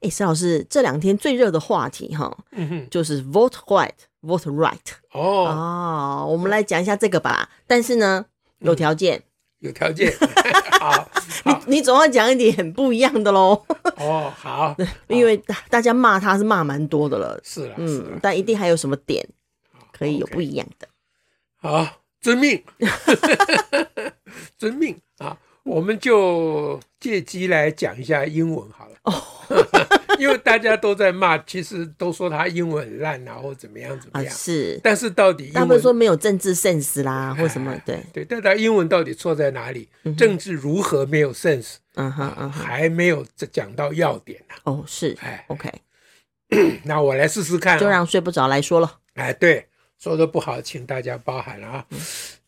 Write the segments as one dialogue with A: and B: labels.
A: 哎，石老师，这两天最热的话题哈，
B: 嗯哼，
A: 就是 vote right，vote right。
B: 哦，
A: 哦，我们来讲一下这个吧。但是呢，有条件，
B: 有条件， 好，好，
A: 你你总要讲一点很不一样的喽，
B: 哦， 好，
A: 因为大大家骂他是骂蛮多的了，
B: 是了，是
A: 嗯
B: 了，，
A: 但一定还有什么点可以有
B: OK
A: 不一样的。
B: 好，遵啊命， 遵命啊！我们就借机来讲一下英文好了。哦 因为大家都在骂，其实都说他英文很烂啊，或怎么样怎么
A: 啊，
B: 样。
A: 是，
B: 但是到底
A: 大
B: 英
A: 部分
B: 文
A: 说没有政治 sense 啦，或什么
B: 哎，
A: 对，
B: 对，但他英文到底错在哪里？政治如何没有 sense，
A: 嗯哼嗯哼，
B: 还没有讲到要点呢、
A: 哦，是
B: 哎
A: ，OK，
B: 那我来试试看、啊。
A: 就让睡不着来说了。
B: 哎，对，说的不好，请大家包涵了啊。
A: 嗯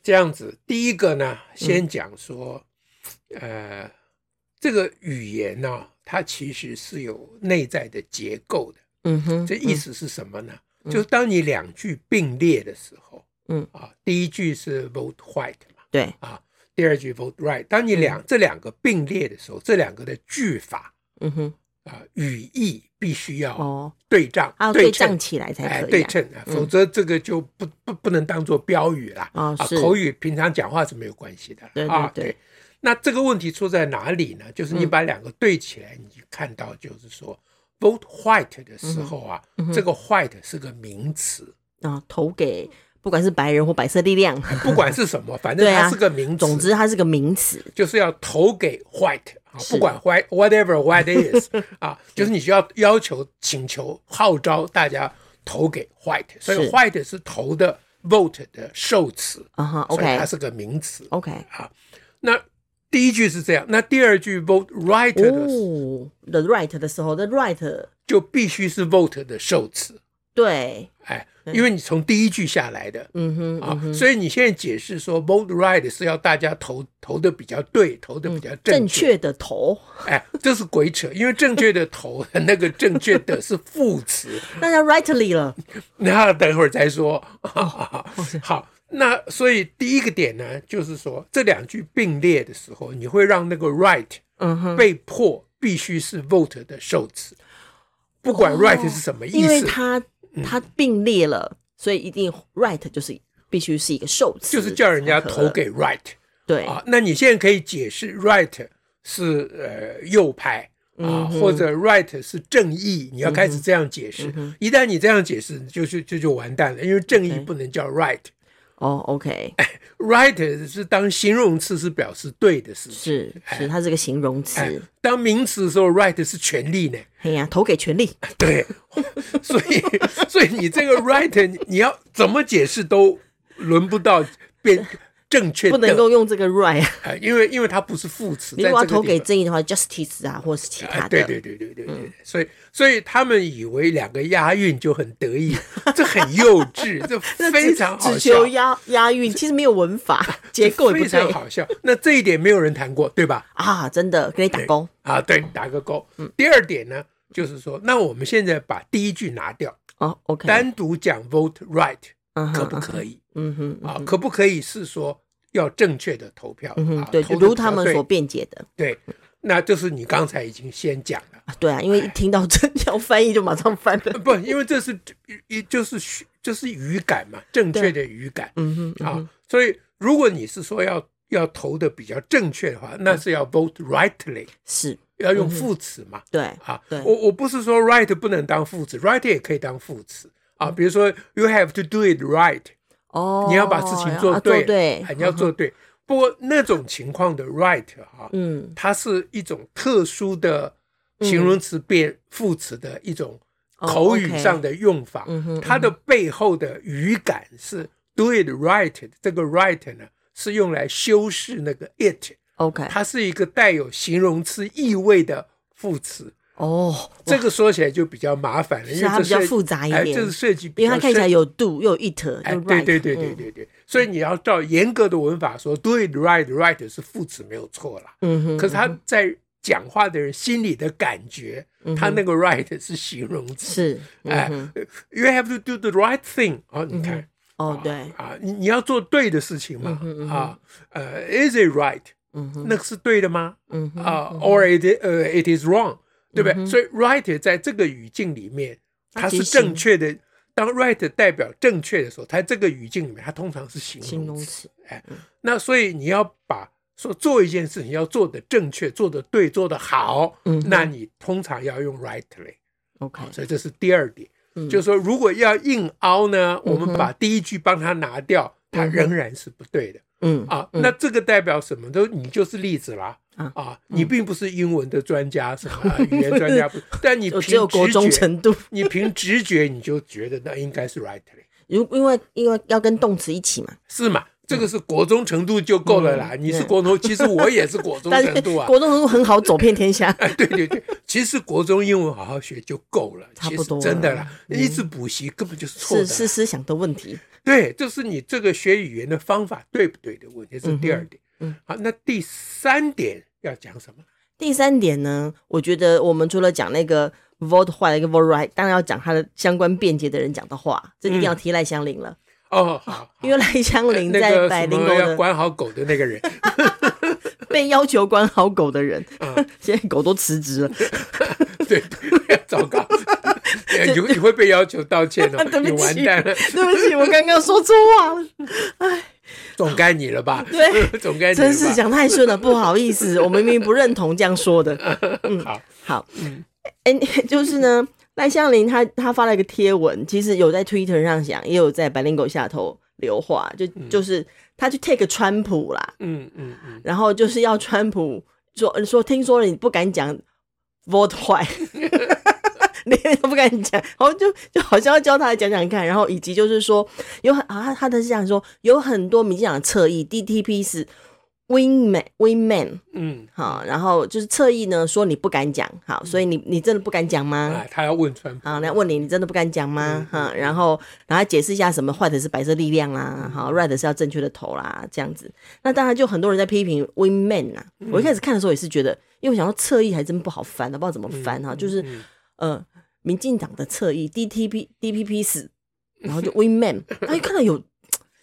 B: 这样子，第一个呢，先讲说，呃，这个语言呢、它其实是有内在的结构的。
A: 嗯哼，
B: 这意
A: 嗯
B: 思是什么呢？就是当你两句并列的时候，
A: 嗯
B: 啊，第一句是 vote white 嘛，
A: 对，
B: 啊，第二句 vote right。当你两、这两个并列的时候，这两个的句法
A: 嗯哼，
B: 啊、语义必须要
A: 哦，
B: 对仗、
A: 还要对
B: 对称
A: 仗起来才
B: 哎，
A: 可以
B: 对
A: 啊。
B: 称啊，否则这个就不不不能当做标语啦。
A: 啊是
B: 口语平常讲话是没有关系的啦
A: 对对
B: 啊。
A: 对嗯
B: 对，那这个问题出在哪里呢？就是你把两个对起来，你就看到就是说，vote white 的时候啊，
A: 嗯
B: 这个 white 是个名词，
A: 啊，投给不管是白人或白色力 量，
B: 不管是什么，反正
A: 对啊
B: 它是个名词。
A: 总之它是个名词。
B: 就是要投给 white 啊，
A: 是
B: 不管 white whatever white it is 啊，就是你需要要求、请求、号召大家投给 white，所以
A: 是
B: white 是投的 vote 的受词
A: 啊哈
B: 所以它
A: ，OK
B: 是个名词。
A: OK，
B: 那第一句是这样，那第二句 vote right 的时候
A: 哦，the right 的时候，the right
B: 就必须是 vote 的受词，
A: 对，
B: 哎，因为你从第一句下来的。
A: 嗯哼，
B: 啊，所以你现在解释说 vote right 是要大家投投的比较对，投的比较
A: 正
B: 确，
A: 确的头，
B: 哎，这是鬼扯，因为正确的头那个正确的是副词，
A: 那叫 rightly 了。
B: 那等会儿再说。
A: 哦
B: 好，那所以第一个点呢，就是说这两句并列的时候，你会让那个 right
A: 嗯哼，
B: 被迫必须是 vote 的受词，不管 right 是什么意
A: 哦因为
B: 思，嗯
A: 它它并列了，所以一定 right 就是必须是一个受词，
B: 就是叫人家
A: 才可
B: 投给 right
A: 对
B: 啊。那你现在可以解释 right 是呃右派。
A: 嗯
B: 啊，或者 right 是正义，你要开始这样解
A: 嗯
B: 释。一旦你这样解释，就是就就完蛋了，因为正义
A: OK
B: 不能叫 right。
A: 哦，OK，
B: 哎 right 是当形容词是表示对的事情，
A: 是是，它是个形容
B: 哎
A: 词。
B: 当名词的时候，right 是权利呢。
A: 哎呀，投给权力，
B: 对， 所以所以你这个 right 你你要怎么解释都轮不到变正确的，
A: 不能够用这个 right 啊。
B: 哎因为因为它不是副词，
A: 你
B: 在
A: 如果要
B: 这
A: 投
B: 个地
A: 给
B: 方
A: 正义的话，justice 啊，或是其他
B: 哎，
A: 的。
B: 对对对对对对，所以所以他们以为两个押韵就很 得意，这很幼稚，这
A: 那只
B: 非常好
A: 只
B: 笑
A: 求，押押韵，其实没有文 法，结构也
B: 非
A: 不
B: 常
A: 对
B: 好笑。那这一点没有人谈过，对吧？
A: 啊！真的给你打工
B: 啊，对，打个勾。
A: 嗯
B: 第二点呢，就是说，那我们现在把第一句拿掉，
A: 哦，OK，
B: 单独讲 vote right
A: 嗯
B: 可
A: 哼，
B: 不可以
A: 嗯哼，
B: 啊？可不可以是说要正确的投票？
A: 嗯哼，
B: 啊
A: 对，
B: 投
A: 就
B: 得
A: 如
B: 比
A: 他
B: 较
A: 们
B: 对
A: 所嗯辩解的
B: 对，那就是你刚才已经先讲了，
A: 啊，对啊，因为一听到真 要翻译就马上翻 了，
B: 不，因为这是一就是虚就是语感嘛，正确的语感
A: 嗯哼，嗯
B: 啊。所以如果你是说要要投的比较正确的话，那是要 vote rightly，
A: 是
B: 要用副词嘛。
A: 对，嗯
B: 啊，
A: 对
B: 我我不是说 right 不能当副词，right 也可以当副词
A: 嗯
B: 啊。比如说，you have to do it right，、
A: 哦，
B: 你要把事情做
A: 要
B: 对，
A: 做对
B: 啊，你要做对。不过那种情况的 right 哈、
A: 嗯，
B: 它是一种特殊的形容词变副词的一种
A: 哦
B: 口语
A: OK
B: 上的用法，
A: 嗯哼
B: 它的背后的语感是 do it right，这个 right 呢是用来修饰那个 it，
A: ，OK，
B: 它是一个带有形容词意味的副词。
A: 哦，
B: 这个说起来就比较麻烦了，因
A: 是
B: 为
A: 它
B: 这
A: 比较
B: 涉
A: 复杂一
B: 哎，
A: 点
B: 这个设计比
A: 因为它
B: 较
A: 看起来
B: 深。
A: 有 do 又有 it 又
B: 哎，
A: right，
B: 对对对对
A: 嗯
B: 对对，所以你要照严格的文法说，对，right right 是副词没有错啦。
A: 嗯哼，
B: 可是他在讲话的人心里的感觉，他那个 right 是形容词。
A: 是，
B: 哎
A: 嗯哼，
B: You have to do the right thing 啊！你看，
A: 哦
B: 啊
A: 对，
B: 啊，你你要做对的事情嘛啊，呃，is it right？
A: 嗯哼，
B: 那个是对的吗？
A: 嗯哼，
B: 啊，or it i- 呃，it is wrong，对不对？所以 right 在这个语境里面，
A: 它
B: 它
A: 提
B: 是
A: 醒
B: 正确的。当 right 代表正确的时候，它这个语境里面，它通常是
A: 形
B: 形
A: 容
B: 容词。哎
A: 词，
B: 那所以你要把说做一件事情要做的正确、做的对、做的好，
A: 嗯哼
B: 那你通常要用 rightly。
A: ，OK，
B: 所以这是第二点，
A: 嗯
B: 就是说如果要硬凹呢，我们把第一句帮它拿掉，它仍然是不对的。
A: 嗯
B: 啊，
A: 嗯
B: 那这个代表什么？都你就是例子啦。
A: 啊
B: 啊，你并不是英文的专家，什么啊语言专家不，但你
A: 我只有
B: 凭
A: 国
B: 直
A: 中
B: 觉
A: 程度，
B: 你凭直觉你就觉得那应该是 rightly，
A: 如因为因为要跟动词一起嘛，
B: 是嘛？这个是国中程度就够了啦。你是国中，其实我也是国
A: 嗯
B: 中
A: 但是
B: 程度啊。
A: 国中程度很好，走遍天下，
B: 对对对，其实国中英文好好学就够了，
A: 差
B: 其
A: 不
B: 实
A: 多
B: 真的
A: 了嗯
B: 啦，一直补习根本 就是错的
A: 是
B: 啦。
A: 是思想的问题，
B: 对，这是你这个学语言的方法对不对的问题，这是第二点。
A: 嗯
B: 好，那第三点要讲什么？
A: 第三点呢，我觉得我们除了讲那个 vote 坏了一个 vote right，当然要讲他的相关辩解的人讲的话，这一定要提赖香林了，
B: 哦，好，好
A: 因为赖香林
B: 嗯那
A: 在
B: 个
A: 百
B: 什
A: 灵
B: 么
A: 狗
B: 要
A: 的
B: 管好狗的那个人，
A: 被要求关好狗的人，
B: 嗯
A: 现在狗都辞职了，，
B: 对，对糟糕，你会你会被要求道歉哦
A: 对不
B: 你
A: 起
B: 完蛋了，
A: 对不起，我刚刚说错话了，
B: 总该哎你了吧？
A: 对
B: 总该你
A: 真是
B: 了吧？
A: 讲太顺了，不好意 思，我明明不认同这样说的。嗯
B: 好，嗯
A: 好，哎、就是呢，赖香林他他发了一个贴文，其实有在 Twitter 上讲，也有在白领狗下头留话，就就是他去 take 川普啦，
B: 嗯嗯嗯，
A: 然后就是要川普说 说，听说了你不敢讲 vote 坏。 连都不敢讲，然后就就好像要教他来讲讲看，然后以及就是说有很啊，他的是讲说有很多民进党的侧翼 DTP 是 wingman wingman，
B: 嗯
A: 好，然后就是侧翼呢说你不敢讲，好，所以你你真的不敢讲吗？
B: 啊，他要问川普，
A: 好，那问你，你真的不敢讲
B: 嗯
A: 吗？哈，然后然后解释一下什么坏的是白色力量啦，好，red 是要正确的头啦，这样子。那当然就很多人在批评 wingman 呐、
B: 嗯
A: 我一开始看的时候也是觉得，因为我想到侧翼还真不好翻，啊我不知道怎么
B: 嗯
A: 翻哈，就是呃，民进党的侧翼 DTP DPP 死，然 后就 wingman，然后就看到有。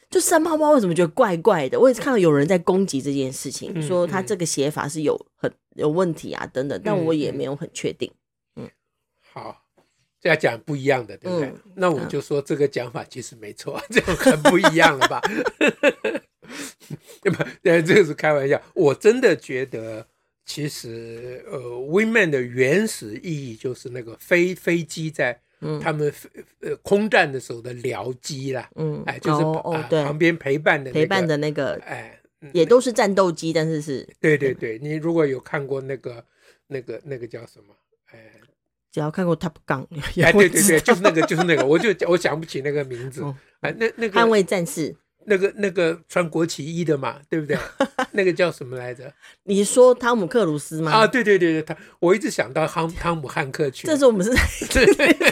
A: 就三泡泡为什么觉得怪怪的？我也是看到有人在攻击这件事情，
B: 嗯
A: 说他
B: 嗯
A: 这个写法是有很有问题啊等等，但我也
B: 嗯嗯
A: 没有很确定。
B: 好。这要讲不一样的，对不对？
A: 嗯
B: 那我就说这个讲法其实没错， 这样很不一样了吧？ 对吧？ 呃，这个是开玩笑。我真的觉得，其实呃，Winman 的原始意义就是那个飞飞机在
A: 嗯
B: 他们飞、呃空战的时候的僚机啦，
A: 嗯，
B: 哎，就是、
A: 哦哦
B: 啊，
A: 对，
B: 旁边陪伴的、那个、
A: 陪伴的那个
B: 哎，嗯
A: 也都是战斗机，但是是
B: 对对对，你如果有看过那个那个那个叫什么？哎，
A: 只要看过 Top Gun，
B: 哎，
A: 也会
B: 对对对，
A: 知
B: 就是那个，就是那个，我就我想不起那个名字
A: 哦。
B: 哎，那那
A: 捍
B: 个
A: 卫战士。
B: 那个那个穿国旗衣的嘛，对不对？那个叫什么 来着？
A: 你说汤姆克鲁斯吗？
B: 啊，对对对对，他我一直想到汤汤姆汉克去，
A: 这是我 们是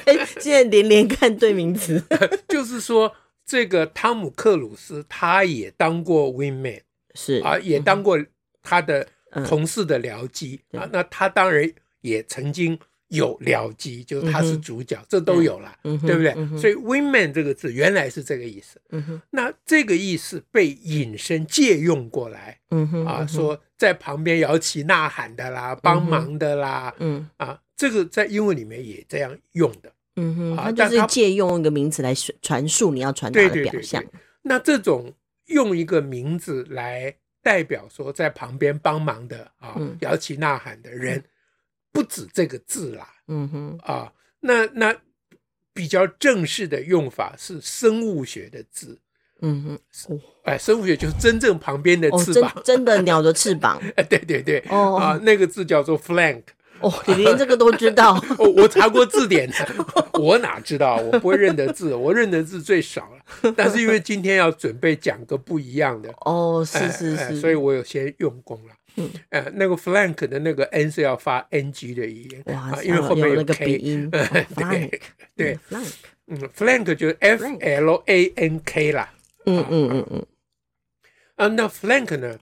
A: 在现在连连看对名词。
B: 就是说这个汤姆克鲁斯他也当过 wingman
A: 是
B: 啊，也当过他的
A: 嗯
B: 同事的僚机、
A: 对
B: 啊，那他当然也曾经有僚机，就是他是主角，这都有啦，
A: 嗯嗯哼
B: 对不对？
A: 嗯哼
B: 所以 wingman 这个字原来是这个意思，
A: 嗯哼，
B: 那这个意思被引申借用过来
A: 嗯哼，
B: 啊，
A: 嗯哼，
B: 说在旁边摇旗呐喊的啦，帮忙的啦，
A: 嗯
B: 啊，这个在英文里面也这样用的。
A: 嗯哼，
B: 啊
A: 他就
B: 但
A: 是
B: 他
A: 借用一个名词来传传述你要传达
B: 对
A: 的
B: 对对
A: 表
B: 对
A: 象。
B: 那这种用一个名字来代表说在旁边帮忙的啊
A: 嗯，
B: 摇旗呐喊的人，不止这个字啦
A: 嗯哼，
B: 啊。那那比较正式的用法是生物学的字，
A: 嗯哼，
B: 哎，生物学就是真正旁边的
A: 哦，
B: 呃翅
A: 真
B: 膀，
A: 真的鸟的翅膀，
B: 哎， 对对对，
A: 哦
B: 啊，那个字叫做 flank。
A: 哦，你连这个都知 道。
B: 哦，我查过字典，我哪知道？我不会认得字，我认得字最少了。但是因为今天要准备讲个不一样的，
A: 哦，是
B: 哎
A: 是
B: 哎
A: 是，
B: 所以我有些用功了。
A: 嗯，
B: 呃，那个 flank 的那个 n 是要发 ng 的音，
A: 哇
B: 啊，
A: 塞，
B: 因为后面
A: 有那个
B: k，
A: 鼻 音哦
B: 对
A: ，flank，
B: 对
A: ，flank，
B: 嗯，flank 就是 f l a n k 啦，
A: 嗯嗯嗯嗯，
B: 啊，那 flank 呢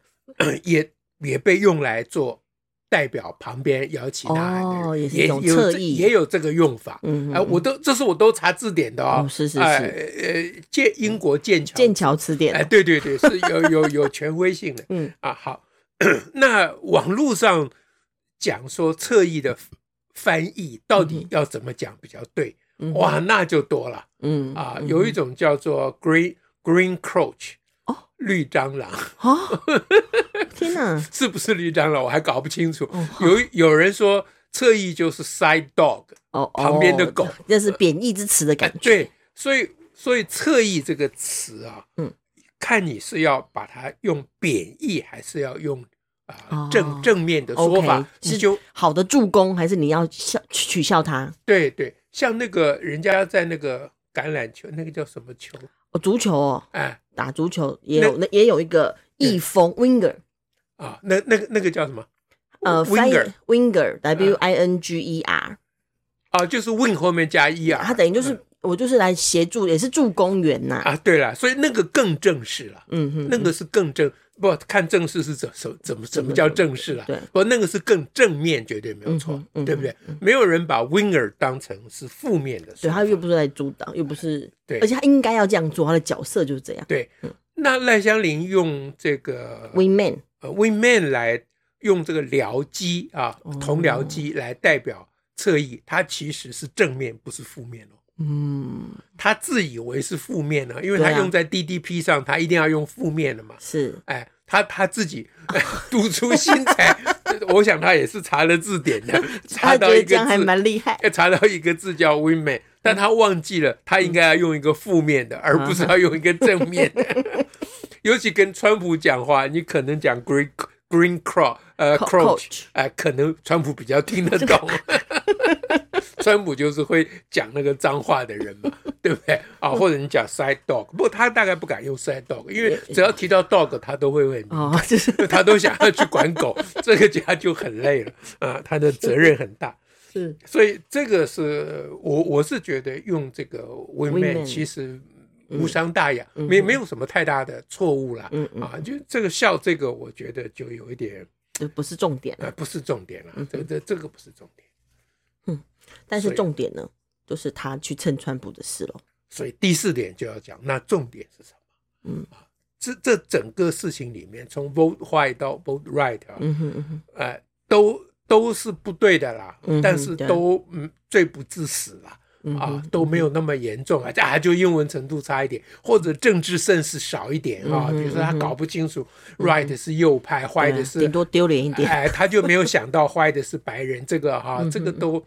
B: 也也被用来做代表旁边摇旗呐喊的人，
A: 哦也是一
B: 也
A: 种
B: 有
A: 侧
B: 这
A: 翼
B: 也有这个用法，
A: 嗯嗯
B: 啊，我都这是我都查字典的哦，
A: 哦是是是
B: 哎呃，剑英国剑桥
A: 剑桥词典
B: 哎，，对对对，是有有有权威性的。
A: 嗯
B: 啊，好， 那网络上讲说侧翼的翻译到底要怎么讲比较对？
A: 嗯
B: 哇，那就多了
A: 嗯
B: 啊！
A: 嗯
B: 有一种叫做 green green croach，
A: 哦，
B: 绿蟑螂
A: 哦， 天 哪，
B: 是不是绿蟑螂？我还搞不清楚
A: 哦。
B: 有有人说侧翼就是 side dog，
A: 哦，
B: 旁边的
A: 哦
B: 狗，
A: 这是贬义之词的感
B: 哎
A: 觉，
B: 对，所以所以侧翼这个词啊，
A: 嗯，
B: 看你是要把它用贬义，还是要用啊、呃
A: 哦
B: 正正面的说
A: OK，
B: 法，你
A: 是
B: 就
A: 好的助攻，还是你要笑取笑他？
B: 对对，像那个人家在那个橄榄球，那个叫什么球？
A: 哦，足球哦，
B: 哎
A: 打足球也有那也有一个
B: 对
A: 翼锋 winger，
B: 啊，那那个那个叫什么？
A: 呃
B: winger
A: winger w i n g e r，
B: 啊，就是 win 后面加 e 啊，
A: 他等于就是我就是来协助，也是助攻员呐，
B: 啊，对了，所以那个更正式了。
A: 嗯哼，
B: 那个是更正，不看正式是怎怎怎么怎么叫正式啊了？
A: 对
B: 不，那个是更正面，绝对没有
A: 嗯，
B: 错
A: 哼嗯哼
B: 对不对？没有人把 winner 当成是负面的说
A: 对
B: 法，
A: 他又不是来阻挡，又不是，
B: 对
A: 而且他应该要这样做，他的角色就是这样
B: 对。那赖香林用这个
A: 嗯，wingman，
B: 呃 winman 来用这个僚机啊，
A: 哦
B: 同僚机来代表侧翼，它其实是正面，不是负面哦。
A: 嗯，
B: 他自以为是负面呢、因为
A: 对
B: 他
A: 啊
B: 用在 DDP 上，他一定要用负面的嘛。
A: 是
B: 哎，他他自己哎读出新 材，我想他也是查了字典的，查
A: 他觉
B: 到一
A: 得
B: 个
A: 这样还
B: 字，
A: 蛮厉害，
B: 查到一个字叫 women，但他忘记了，他应该要用一个负面的，而不是要用一个正面的。 尤其跟川普讲话，你可能讲 green green crow 呃
A: Co-
B: croach，
A: coach
B: 哎、可能川普比较听得懂。 川普就是会讲那个脏话的人嘛，对不对啊？或者你讲 side dog，不过他大概不敢用 side dog，因为只要提到 dog，他都会问。
A: 哦，就是
B: 他都想要去管狗，这个家就很累了啊，他的责任很大，
A: 是
B: 所以这个是我我是觉得用这个
A: Wingman
B: women 其实无伤大雅，
A: 嗯
B: 没
A: 嗯
B: 没有什么太大的错误啦，
A: 嗯嗯
B: 啊，就这个笑这个我觉得就有一点
A: 这不是重点了，
B: 啊不是重点了
A: 嗯，
B: 这这这个不是重点，
A: 但是
B: 所以
A: 重点呢，就是他去蹭川普的事喽。
B: 所以第四点就要讲，那重点是什么？
A: 嗯
B: 啊，这这整个事情里面，从 vote white 到 vote right 啊，
A: 嗯哼嗯哼，
B: 呃，都都是不对的啦，
A: 嗯哼
B: 但是
A: 对
B: 都嗯罪不至死啦，
A: 嗯
B: 啊
A: 哼，
B: 都没有那么严重啊，啊，就英文程度差一点，或者政治sense 少一点
A: 嗯
B: 啊，
A: 哼嗯
B: 比如说他搞不清楚 right 是右派
A: 对啊
B: ，white 是
A: 顶多丢脸一点。嗯
B: 哎，他就没有想到坏的是白人，这个哈，这个都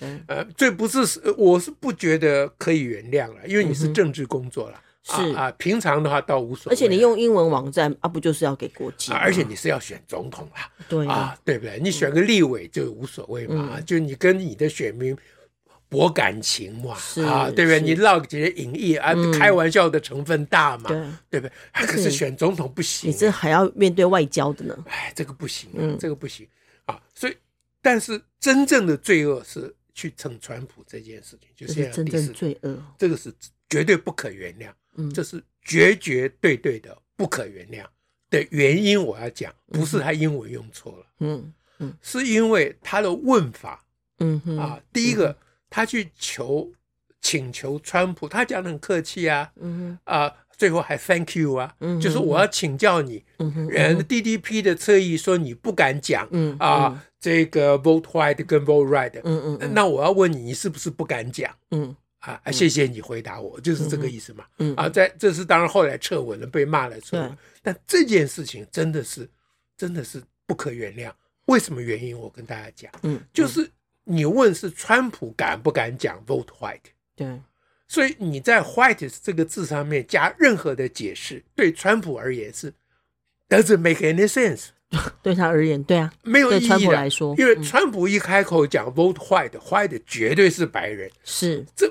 A: 对，
B: 呃，最不是死，我是不觉得可以原谅了，因为你是政治工作了，啊
A: 嗯是
B: 啊，平常的话倒无所谓，
A: 而且你。用英文网站啊，不就是要给国际
B: 啊
A: 吗？
B: 而且你是要选总统啦，
A: 对啊，
B: 啊，对不对？你选个立委就无所谓嘛，
A: 嗯
B: 就你跟你的选民博感情嘛，
A: 是
B: 啊，对不对？
A: 是
B: 你闹几个淫议啊，
A: 嗯
B: 开玩笑的成分大嘛，
A: 对
B: 对不对？啊
A: 且
B: 可是选总统不行啊
A: 你，这还要面对外交的呢。
B: 哎，这个不行、啊，
A: 嗯
B: 这个不行啊。所以，但是真正的罪恶是去蹭川普这件事情，就
A: 这
B: 是
A: 是
B: 要
A: 真
B: 第
A: 正
B: 四，
A: 罪恶，
B: 这个是绝对不可原谅，
A: 嗯
B: 这是绝绝对对的不可原谅的原因。我要讲，不是他英文用错了。
A: 嗯
B: 是因为他的问法
A: 嗯哼，
B: 啊，第一个他去求请求川普，他讲的很客气啊
A: 嗯
B: 啊，最后还 thank you 啊
A: 嗯，
B: 就是我要请教你，
A: 哼嗯哼
B: 人 DDP 的侧翼说你不敢讲
A: 嗯
B: 啊，这个 vote right 跟 vote
A: 嗯
B: right，
A: 嗯嗯
B: 那我要问你，你是不是不敢讲？
A: 嗯
B: 啊，啊谢谢你回答我，就是这个意思嘛。
A: 嗯
B: 啊，在这是当然后来撤文了，被骂了撤文
A: 对。
B: 但这件事情真的是，真的是不可原谅。为什么原因？我跟大家讲，
A: 嗯，
B: 就是你问是川普敢不敢讲 vote white，
A: 对，
B: 所以你在 white 这个字上面加任何的解释，对川普而言是 doesn't make any sense，
A: 对他而言，对啊，
B: 没有
A: 对
B: 意义
A: 川普
B: 的
A: 来说嗯
B: 因为川普一开口讲 vote white，white 绝对是白人。
A: 是
B: 这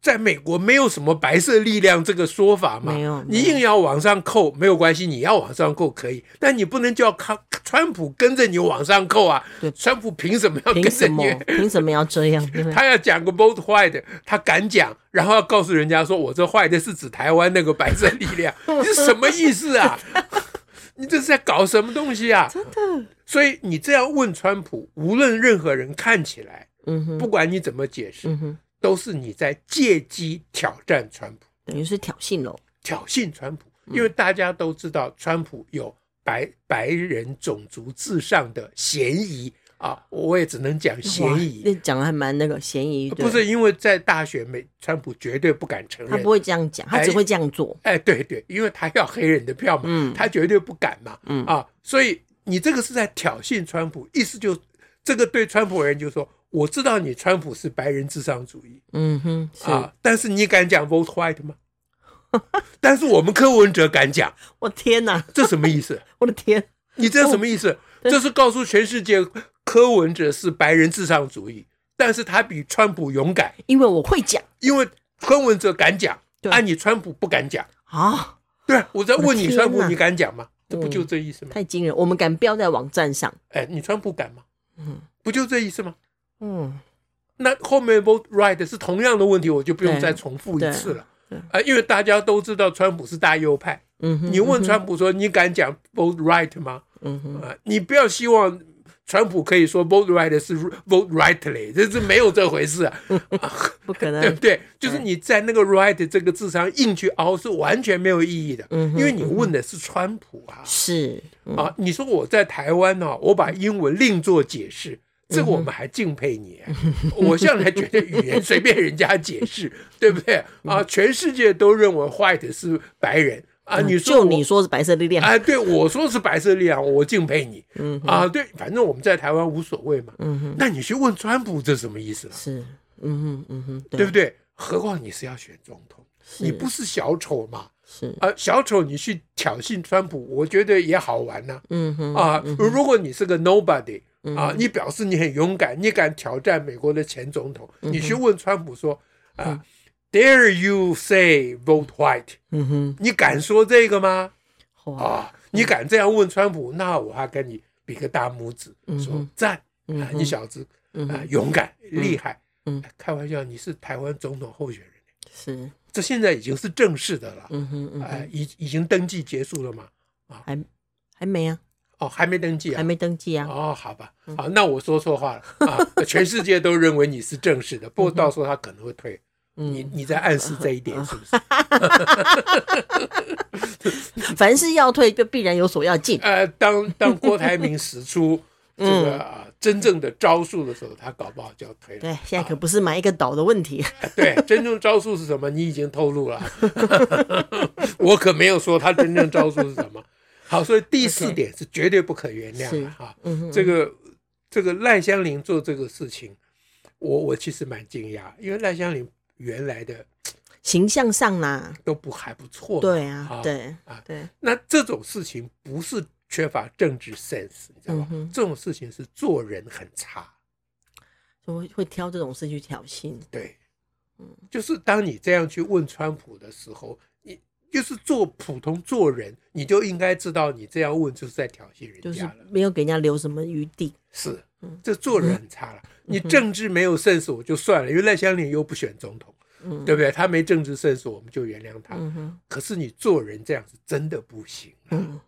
B: 在美国没有什么白色力量这个说法嘛？
A: 没有
B: 你
A: 没有
B: 硬要往上扣没有关系，你要往上扣可以，但你不能叫靠川普跟着你往上扣啊
A: 对，
B: 川普凭什么要
A: 凭
B: 跟着
A: 什么
B: 你？？
A: 凭什么要这 样？对不对
B: 他要讲个 both white，他敢讲，然后要告诉人家说我这坏的是指台湾那个白色力 量，你是什么意思啊？ 你这是在搞什么东西啊？
A: 真的，
B: 所以你这样问川普，无论任何人看起来，
A: 嗯哼，
B: 不管你怎么解释，
A: 嗯哼，
B: 都是你在借机挑战川普、
A: 等于是挑衅喽。
B: 挑衅川普，
A: 嗯
B: 因为大家都知道川普有白白人种族至上的嫌疑啊，我也只能讲嫌
A: 哇
B: 疑。
A: 那讲的还蛮那个嫌疑，对
B: 不是因为在大选，美川普绝对不敢承
A: 他
B: 认
A: 不。会这样讲，他只
B: 哎
A: 会这样做。
B: 哎，对对，因为他要黑人的票嘛，
A: 嗯
B: 他绝对不敢嘛，
A: 嗯
B: 啊，所以你这个是在挑衅川普，意思就这个对川普而言就是说，我知道你川普是白人至上主义
A: 嗯哼，是
B: 啊，但是你敢讲 vote white 吗？ 但是我们柯文哲敢讲，
A: 我天哪，
B: 这什么意 思？
A: 我的天，
B: 你这什么意 思？这是告诉全世界柯文哲是白人至上主义，但是他比川普勇敢，
A: 因为我会讲
B: 因为柯文哲敢讲，
A: 对
B: 按你川普不敢讲。
A: 啊，
B: 对啊，我在问
A: 我
B: 你，
A: 的天
B: 川普
A: 哪
B: 你敢讲吗？这不
A: 嗯
B: 就这意思吗？
A: 太惊人。我们敢标在网站上，
B: 哎，你川普敢吗？
A: 嗯
B: 不就这意思吗？
A: 嗯，
B: 那后面 vote right 是同样的问题，我就不用
A: 对
B: 再重复一
A: 对
B: 次了
A: 对。
B: 啊，因为大家都知道川普是大右派，
A: 嗯哼，
B: 你问川普说你敢讲 vote right 吗？
A: 嗯哼，
B: 啊，你不要希望川普可以说 vote right 是 vote rightly，这是没有这回事啊，
A: 不可
B: 对不
A: 能，
B: 对？就是你在那个 right 这个字上硬去凹是完全没有意义的，
A: 嗯哼
B: 因为你问的是川普啊。
A: 是，嗯
B: 啊，你说我在台湾呢、我把英文另做解释，
A: 嗯
B: 这个我们还敬佩你。啊我向来觉得语言随便人家解释，对不对？啊，全世界都认为 white 是白人啊，
A: 嗯
B: 你说
A: 就
B: 我
A: 你说是白色力量，
B: 啊，对我说是白色力量，我敬佩你。
A: 嗯
B: 啊，对，反正我们在台湾无所谓嘛。
A: 嗯哼，
B: 那你去问川普，这什么意思了？
A: 是，嗯哼，嗯哼，
B: 对
A: 对
B: 不，对？何况你是要选总统，
A: 是
B: 你不是小丑嘛？
A: 是，
B: 啊，小丑你去挑衅川普，我觉得也好玩呐、
A: 嗯哼，
B: 啊，如果你是个 nobody
A: 嗯
B: 啊，你表示你很勇敢，你敢挑战美国的前总统，
A: 嗯
B: 你去问川普说啊，Dare you say vote white？
A: 嗯哼，
B: 你敢说这个吗？
A: 哇，
B: 啊，你敢这样问川普，那我还跟你比个大拇指，说
A: 哼
B: 赞
A: 嗯
B: 啊，
A: 哼
B: 你小子
A: 嗯
B: 啊
A: 哼，
B: 勇敢厉害
A: 嗯。
B: 开玩笑，你是台湾总统候选人，
A: 是，
B: 这现在已经是正式的了，
A: 嗯哼，嗯
B: 啊
A: 哼，，
B: 已已经登记结束了嘛？
A: 还还没啊，
B: 哦，还没登记啊
A: 还？没登记啊，
B: 哦，好吧，好，那我说错话了 啊！全世界都认为你是正式的，不过到时候他可能会退。你
A: 嗯，
B: 你在暗示这 一点是不是？
A: 凡是要退就必然有所要进，
B: 呃，当当郭台铭使 出
A: 嗯
B: 这个啊真正的招数的时候，他搞不好就要退了。哎
A: 对，现在可不是买一个岛的问题，
B: 对，真正招数是什么？你已经透露了， 我可没有说他真正招数是什么。好，所以第四
A: OK
B: 点是绝对不可原谅的哈。
A: 嗯哼，
B: 这个这个赖香林做这个事情，我我其实蛮惊讶，因为赖香林原来的
A: 形象上啦，
B: 都不还不错嘛。
A: 对啊，对
B: 哦啊
A: 对，
B: 那这种事情不是缺乏政治 sense，你知道吗？
A: 嗯哼
B: 这种事情是做人很差。
A: 就会会挑这种事去挑衅，
B: 对，
A: 嗯
B: 就是当你这样去问川普的时候，你就是做普通做人，你就应该知道你这样问就是在挑衅
A: 就
B: 人
A: 是嗯
B: 家了。
A: 没有给人家留什么余地，
B: 是，这做人很差了。
A: 嗯
B: 你政治没有 sense 我就算了，因为赖香林又不选总统，
A: 嗯
B: 对不对？他没政治 sense 我们就原谅他。
A: 嗯哼，
B: 可是你做人这样是真的不行啊，
A: 嗯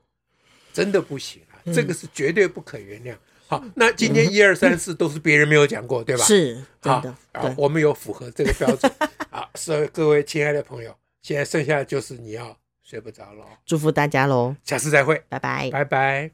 B: 真的不行啊，这个是绝对不可原谅。好，那今天一二三四都是别人没有讲过，对
A: 嗯
B: 吧？
A: 是真
B: 好
A: 的，，
B: 啊
A: 对，
B: 我们有符合这个标准啊，所以各位亲爱的朋友，现在剩下的就是你要睡不着了哦，
A: 祝福大家喽，
B: 下次再会，
A: 拜拜。
B: 拜拜。